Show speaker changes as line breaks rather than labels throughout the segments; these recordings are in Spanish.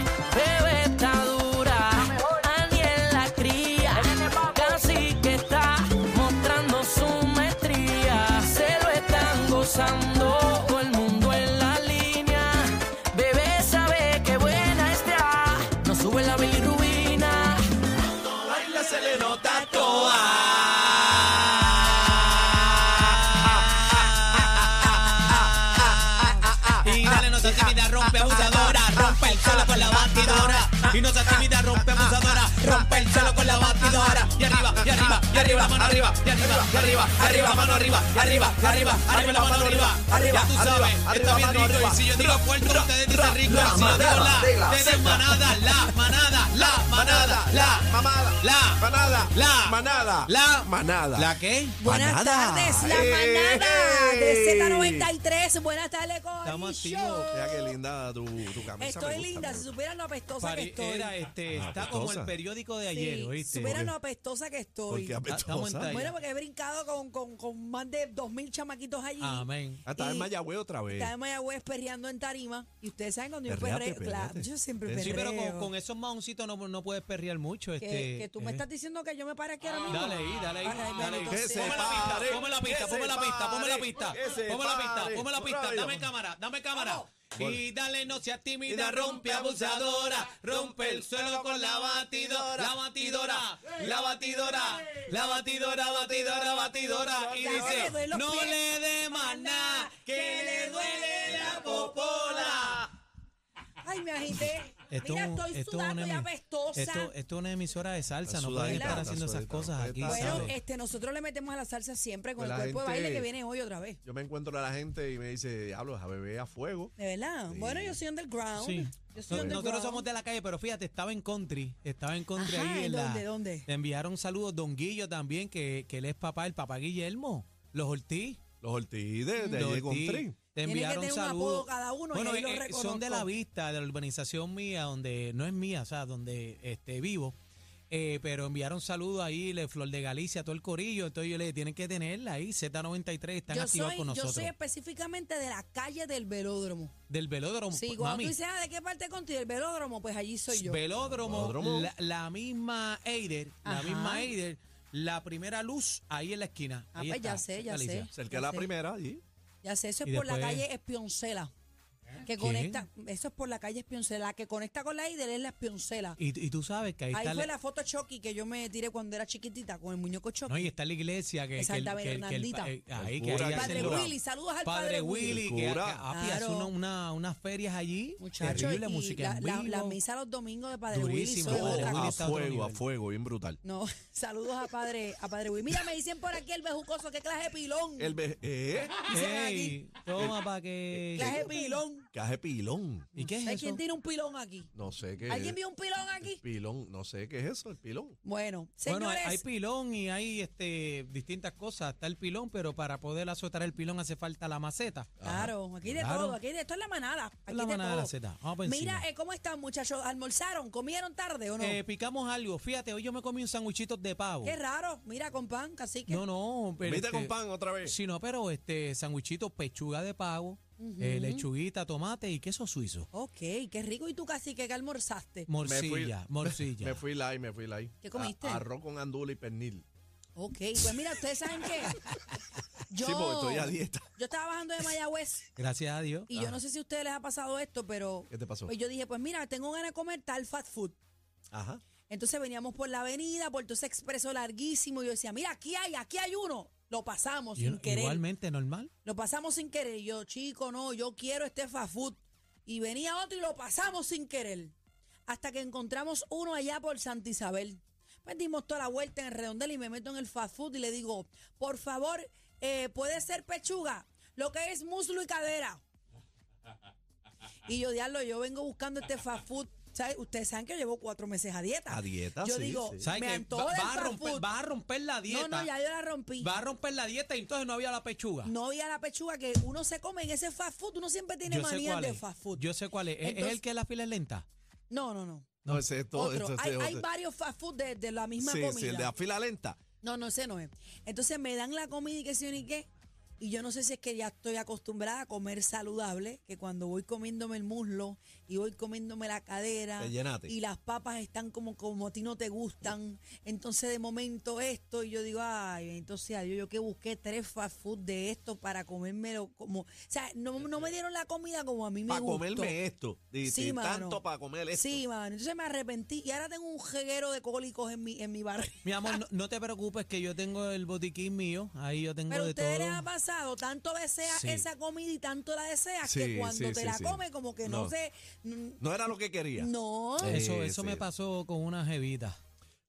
Bebé está dura, Aniel la cría, casi que está mostrando su maestría. Se lo están gozando, todo el mundo en la línea. Bebé sabe que buena está, no sube la bilirrubina. Cuando baila se le nota toa.
Y dale, no seas tímida, rompe abusadora, rompe el suelo con la batidora. Y no seas tímida, rompe abusadora, rompe el suelo con la batidora. Y arriba, y arriba, y arriba, mano arriba, y arriba, y arriba, arriba, mano arriba, y arriba, y arriba, arriba la mano arriba. Ya tú sabes, está bien rico. Y si yo digo puerto, ustedes dicen rico. Y si yo digo la, ustedes manada, la, manada, la, manada, la,
Mamada.
la,
Manada.
La.
Manada.
La.
Manada.
¿La qué?
Buenas tardes, la manada de Z93. Buenas tardes,
Estamos
Corillo.
activos.
Mira qué linda tu, tu camisa.
Estoy
me gusta,
linda.
me
Si
gusta.
supieran lo apestosa que
Pare-
estoy.
Era este, está como el
apestosa.
periódico de
Sí,
ayer, ¿oíste?
supieran lo apestosa que
¿Por
estoy.
qué
Estamos en
apestosa?
talla.
Bueno, porque he brincado con, con, con más de 2.000 chamaquitos allí.
Amén.
Ah, estaba en
Y-
Mayagüez otra vez.
Estaba en Mayagüez perreando en tarima. Y ustedes saben cuando yo
Perreate,
perreo.
perreate.
claro, yo siempre perreo.
Sí,
Sí, pero con, con esos mahoncitos no, no puedes perrear mucho.
que,
este,
que tú me
eh. Ah.
estás diciendo que yo me pare aquí ahora mismo.
Dale ahí, dale ahí.
Ay,
Dale ahí.
bendito
Que
sea.
se
Ponme la
pare,
pista, ponme la
que
pista,
se
ponme la pista, ponme la
pare,
pista.
que se
Ponme la pista,
pare.
ponme la pista.
Rápido.
Dame cámara, dame cámara.
Vamos.
Y dale, no seas tímida, rompe abusadora, rompe el suelo con la batidora, la batidora, la batidora, la batidora, batidora, batidora. Y
Ya,
dice,
le duelen los
no
pies".
le dé más nada, que le duele la popola.
Ay, me agité.
Esto,
Mira,
es un-
estoy
esto es
sudando y
una emi-
apestosa.
Esto, esto es una emisora de salsa,
Está
no pueden
sudadita,
estar
está
haciendo esas
sudadita,
cosas
está
aquí.
sudadita.
Bueno,
¿sabes?
este, nosotros le metemos a la salsa siempre con
Pues
el
la
cuerpo de
gente-
baile que viene hoy otra vez.
Yo me encuentro a la gente y me dice, diablo, a bebé a fuego.
De verdad. Bueno, yo soy underground.
Sí.
Yo soy
No-
underground.
nosotros somos de la calle, pero fíjate, estaba en country, estaba en country
Ajá,
ahí
¿en
en la-
dónde, dónde?
Le enviaron saludos Don Guillo también, que, que él es papá, el papá Guillermo, los Ortiz.
Los Ortiz de, de
los
allí con
Ortiz,
Tri.
Te
Tienen que
enviaron
tener un apodo
saludos.
cada uno y
bueno,
ahí los
eh, son de
reconozco.
la vista, de la urbanización mía, donde no es mía, o sea, donde este, vivo. Eh, pero enviaron saludos ahí, le Flor de Galicia, todo el corillo. Entonces yo le dije, tienen que tenerla ahí, Z93, están
yo
activos
soy,
con
yo
nosotros.
soy específicamente de la calle del velódromo.
Del velódromo. pues,
Sí, cuando
mami,
tú dices, ah, ¿de qué parte contigo? El velódromo, pues allí soy yo.
velódromo,
Velódromo.
La, la misma Eider,
Ajá.
la misma Eider, la primera luz ahí en la esquina.
Ah,
Ahí
pues ya
está,
sé, ya
Alicia.
sé.
Cerca de la primera allí.
Ya sé, eso es
Y
por la
después-
calle Espioncela. Que conecta, eso es por la calle Espioncela. La que conecta con la IDEL es la Espioncela.
Y, y tú sabes que ahí,
Ahí
está,
fue
la,
la foto Chucky que yo me tiré cuando era chiquitita con el muñeco Chucky.
no, y está la iglesia. Que, que el-
Santa
que el- que el-
Bernardita.
eh, ahí,
El
que ahí
cura, el
hacen
Padre
los-
Seguro.
Willy, saludos al Padre,
Padre
Willy.
Willy,
El
que
cura.
a- api, hace
Claro.
una- una- unas ferias allí.
Muchachos,
terrible, música
la,
en
la-
vivo.
la misa los domingos de Padre
Durísimo,
Willy. eso es
Padre
otra
Willy
a
cosa.
está a otro
fuego, a
nivel.
fuego, bien brutal.
No, saludos a Padre, a Padre Willy. Mira, me dicen por aquí el bejucoso, qué clase de pilón.
El ve- ¿eh?
Ey, toma para que...
clase de pilón.
Caje pilón.
¿Y qué es
¿Sabes
eso?
quién tiene un pilón aquí?
No sé qué
¿Alguien
es.
vio un pilón
El
aquí?
pilón, no sé qué es eso, el pilón.
Bueno,
Bueno, hay,
señores,
hay pilón y hay este, distintas cosas. Está el pilón, pero para poder azotar el pilón hace falta la maceta.
Ah.
claro, aquí de
Claro.
todo, aquí de esto es la manada. Aquí
la
de
manada de
todo.
la Z. Vamos por
Mira,
encima.
eh, ¿cómo están, muchachos? ¿Almorzaron? ¿Comieron tarde o no?
Eh, picamos algo. Fíjate, hoy yo me comí un sanguichito de pavo.
qué raro, mira, con pan, casi que.
No, no. Pero
Viste
este,
con pan pues. otra vez.
Sí, no, pero este sanguichito, pechuga de pavo, eh, lechuguita, tomate y queso suizo.
Ok, qué rico. ¿Y tú casi que almorzaste?
Morcilla,
fui-
morcilla.
Me fui live, me fui live.
¿Qué comiste?
A- arroz con andula y pernil.
Ok, pues mira, ustedes saben que Yo,
Sí, porque estoy a dieta.
yo estaba bajando de Mayagüez
Gracias a Dios. Ah,
y yo no sé si a ustedes les ha pasado esto, pero
¿Qué te pasó?
pues yo dije, pues mira, tengo ganas de comer tal fast food.
Ajá.
Entonces veníamos por la avenida, por todo ese expreso larguísimo y yo decía, mira, aquí hay, aquí hay uno. Lo pasamos
Y-
sin querer.
igualmente normal.
Lo pasamos sin querer. Y yo, chico, no, yo quiero este fast food. Y venía otro y lo pasamos sin querer. Hasta que encontramos uno allá por Santa Isabel. Pues dimos toda la vuelta en el redondel y me meto en el fast food y le digo, por favor, eh, puede ser pechuga, lo que es muslo y cadera. Y yo, diablo, yo vengo buscando este fast food. ¿Sabe? Ustedes saben que llevo cuatro meses a dieta.
A dieta,
Yo
sí,
digo,
sí.
¿Sabes
me
qué?
antojo
Va-
del
vas, a
fast
romper,
food.
vas a romper la dieta.
No, no, ya yo la rompí.
Vas a romper la dieta y entonces no había la pechuga.
No había la pechuga que uno se come en ese fast food. Uno siempre tiene
yo sé
manías
cuál
de
es.
fast food.
Yo sé cuál es. ¿Es- ¿Es
Entonces-
el que la fila es lenta?
No, no, no.
No, ese
Oh,
es todo.
Otro.
ese es
hay, hay
otro.
varios fast food de, de la misma
Sí,
comida.
sí, el de la fila lenta.
No, no, ese no es. Entonces me dan la comida y qué sé yo ni qué. Y yo no sé si es que ya estoy acostumbrada a comer saludable, que cuando voy comiéndome el muslo y voy comiéndome la cadera
Te llenaste.
y las papas están como, como a ti no te gustan, entonces de momento esto y yo digo, ay, entonces yo, yo que busqué tres fast food de esto para comérmelo como, o sea, no, no me dieron la comida como a mí me
Para
gustó.
comerme esto. Dijiste,
Sí, mano.
tanto para comer esto.
Sí, mano. Entonces me arrepentí y ahora tengo un jeguero de cólicos en mi, en mi barrio.
Mi amor, no, no te preocupes que yo tengo el botiquín mío. Ahí yo tengo
Pero a
de
ustedes les
todo.
ha pasado, tanto desea
Sí.
esa comida y tanto la deseas
Sí,
que cuando
sí,
te
sí,
la
sí.
come como que no,
No.
sé.
No era lo que quería.
No,
Eso,
Sí,
eso
sí.
me pasó con una jevita.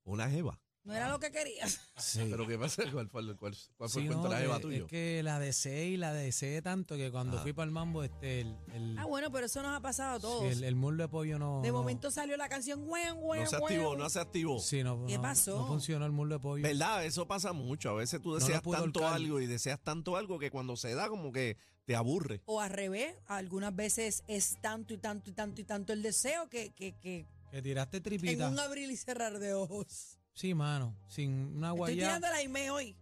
Una jeva.
no era lo que querías.
Sí.
Pero ¿qué pasa? ¿Cuál fue, el- cuál, cuál fue el
Sí,
cuento
no,
de la
que-
jeva
es
tuyo?
que la deseé y la deseé tanto que cuando
Ah.
fui para el mambo, este, el, el,
Ah, bueno, pero eso nos ha pasado a todos.
sí, el, el muslo de pollo no.
de
no-
momento salió la canción, güey, güey,
No se activó, no se activó.
sí, no,
¿Qué
no-
pasó?
No funcionó el muslo de pollo.
¿Verdad? Eso pasa mucho. A veces tú
lo
deseas
pude
tanto
ahorcar.
algo y deseas tanto algo que cuando se da como que te aburre.
O al revés, algunas veces es tanto y tanto y tanto y tanto el deseo que, que, que
Que tiraste
en
tripita.
un abrir y cerrar de ojos.
Sí, mano. Sin una
Estoy
guayaba.
tirando el Aime hoy.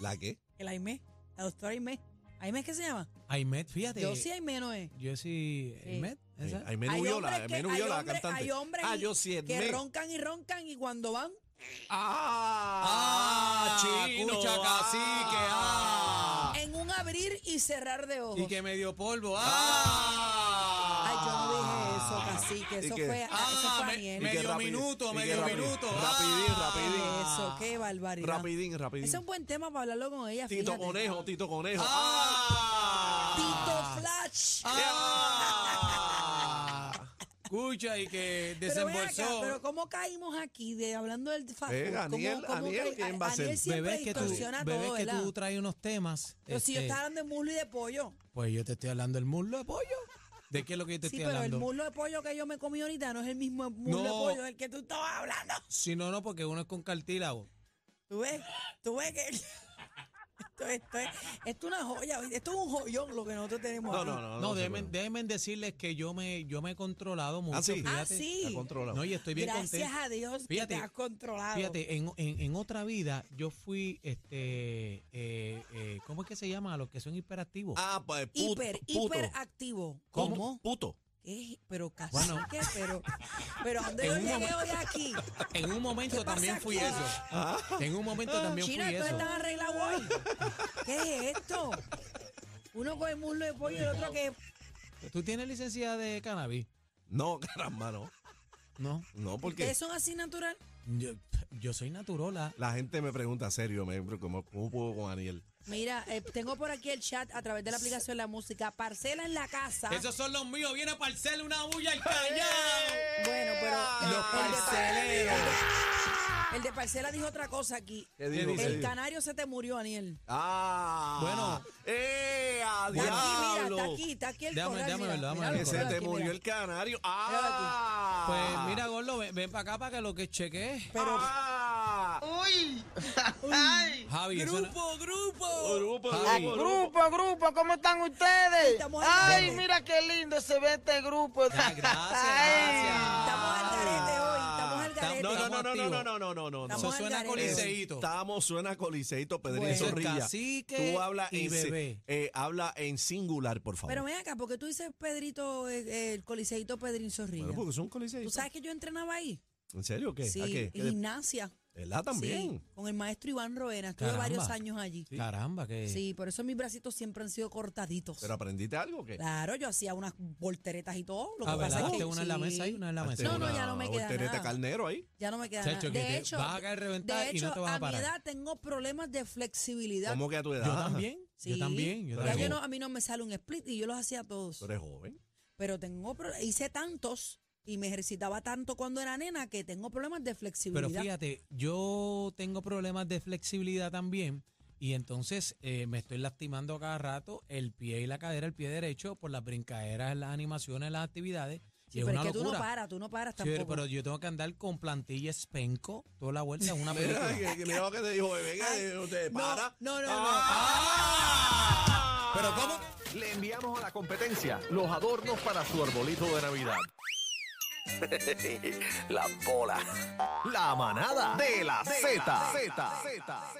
¿La qué?
El Aime, la doctora Aime. ¿Aime qué se llama?
Aymed, fíjate.
Yo sí Aime no es.
Yo sí.
Sí.
Aymed, esa.
Ahí me
Hay
viola,
hombres
ahí
que-
me
hay
viola la
hombres-
cantante.
hay hombres
ah,
y-
yo sí,
Que
Edmé.
roncan y roncan y cuando van
Ah,
Ah,
chino,
escucha, cacique, ah.
en un abrir y cerrar de ojos.
Y que me dio polvo. ¡Ah!
Ay, yo no dije eso,
Ah.
cacique.
¿Y
Eso
qué?
fue, a- eso
Ah,
fue
me-
Aniel.
Y que
Medio
rápido,
minuto,
y que
medio
rápido.
minuto.
Rapidín,
Ah.
rapidín. Ah,
Eso, qué barbaridad.
Rapidín, rapidín.
Ese es un buen tema para hablarlo con ella.
Tito
fíjate.
Conejo, Tito Conejo.
Ah. Tito Flash.
¡Ah!
Escucha y que
Pero, ven acá,
desembolsó.
pero ¿cómo caímos aquí de hablando del fast
Eh,
food? ¿Cómo-
Aniel,
cómo
Aniel,
caí-
¿quién va a
Aniel
ser?
siempre
Bebé, que tú,
distorsiona
bebés
todo,
que
¿verdad?
tú traes unos temas.
Pero si yo
este,
estaba hablando de muslo y de pollo.
Pues yo te estoy hablando del muslo de pollo. ¿De qué es lo que yo te
Sí,
estoy
pero el
hablando?
muslo de pollo que yo me comí ahorita no es el mismo muslo de
No.
pollo del que tú estabas hablando.
Si no, no, porque uno es con cartílago.
¿Tú ves? ¿Tú ves que...? Esto, esto es, esto es una joya, ¿oíste? esto es un joyón lo que nosotros tenemos
No,
aquí.
no, no.
No,
no se
déjenme,
puede.
déjenme decirles que yo me, yo me he controlado mucho.
sí?
Fíjate.
Ah, sí.
La controla.
No, y estoy bien
Gracias
contento.
a Dios
Fíjate,
que te has controlado.
Fíjate, en, en- en otra vida yo fui, este, eh, eh, ¿cómo es que se llama? A los que son hiperactivos.
Ah, pues puto.
hiper,
puto.
hiperactivo.
¿Cómo? Puto.
¿Qué? Pero casi
Bueno.
que, pero, pero ¿a ¿dónde
En
yo
un
llegué
momento-
hoy aquí?
En un momento
¿Qué pasa
también fui
aquí?
eso. En un momento también
Chino,
fui
esto
eso.
están arreglados hoy. ¿Qué es esto? Uno con el muslo de pollo y el otro que...
¿Tú tienes licencia de cannabis?
No, caramba, no.
No.
No, porque
¿Ustedes son así natural?
Yo, yo soy naturola.
la gente me pregunta serio, me ¿cómo, cómo puedo con Aniel?
Mira, eh, tengo por aquí el chat a través de la aplicación de la música. Parcela en la casa.
Esos son los míos. Viene a parcel una bulla al callao.
Bueno, pero el de parcela-
parceleros.
el de parcela dijo otra cosa aquí.
¿Qué dijo?
dice?
¿Qué
El
dijo?
canario se te murió, Aniel.
Ah.
Bueno.
¡Eh! ¡A
Está aquí, mira,
diablo!
está aquí, está aquí el
Déjame-
corral,
déjame
mira,
verlo, déjame
mira
verlo.
Que
el
se
corral
te
aquí,
murió
mira.
el canario.
Pues
¡Ah!
mira, Gordo, ven, para acá para que lo que cheque.
Pero,
¡Ah!
Javi, eso no-
grupo, grupo.
Grupo,
Ay.
grupo, grupo.
Grupo, grupo, ¿cómo están ustedes?
Estamos al
Ay,
garete.
mira qué lindo se ve este grupo.
Ya, gracias,
Estamos al
gracias.
garete hoy,
Ah.
estamos al
Estamos-
No,
garete.
no,
Estamos
no, no, no,
activos.
no, no, no, no, no.
Estamos
Eso
al
suena
garete.
con
Es-
liceito.
Estamos, suena con liceito, Pedrito
Bueno.
Zorrilla.
Cacique
Tú habla
y
en, si-
bebé.
eh, habla en singular, por favor.
Pero ven acá, porque tú dices Pedrito, eh, eh, el coliseíto Pedrín Zorrilla.
Bueno, porque son
¿Tú
coliseitos.
sabes que yo entrenaba ahí?
¿En serio o qué?
Sí,
¿A qué? ¿Qué de-
gimnasia.
¿Verdad? También.
Sí, con el maestro Iván Roena. Estuve
Caramba.
varios años allí. Sí.
Caramba, que.
por eso mis bracitos siempre han sido cortaditos.
¿Pero aprendiste algo o qué?
Claro, yo hacía unas volteretas y todo. Lo que
Este. Ah,
pasa
¿verdad?
es que
Hazte una en la
sí.
mesa y una en la mesa.
Hazte
No, no,
Ah, una
ya no me queda
voltereta
nada.
este carnero ahí.
Ya no me queda
Chacho,
nada.
que
De
te
hecho,
vas a caer reventada
de
y no
hecho,
te vas a parar.
mi edad tengo problemas de flexibilidad.
¿Cómo que a tu edad?
Yo también, yo
Sí.
también, yo
Pero
Ya
también.
yo no- a mí no me sale un split y yo los hacía todos.
Tú eres joven.
Pero tengo pro- hice tantos y me ejercitaba tanto cuando era nena que tengo problemas de flexibilidad.
Pero fíjate, yo tengo problemas de flexibilidad también y entonces eh, me estoy lastimando a cada rato el pie y la cadera, el pie derecho por las brincaderas, en las animaciones, en las actividades. y
Sí,
es
pero
una
es que tú no
locura.
paras, tú no paras
Sí, pero-
tampoco.
pero yo tengo que andar con plantilla espenco toda la vuelta en una película.
Mira, que, que mira lo que te dijo, bebé, que usted
no,
para.
no, no, no.
¡Ah!
¿Pero cómo? Le enviamos a la competencia los adornos para su arbolito de Navidad.
La bola.
La manada de la Z. Z. Z.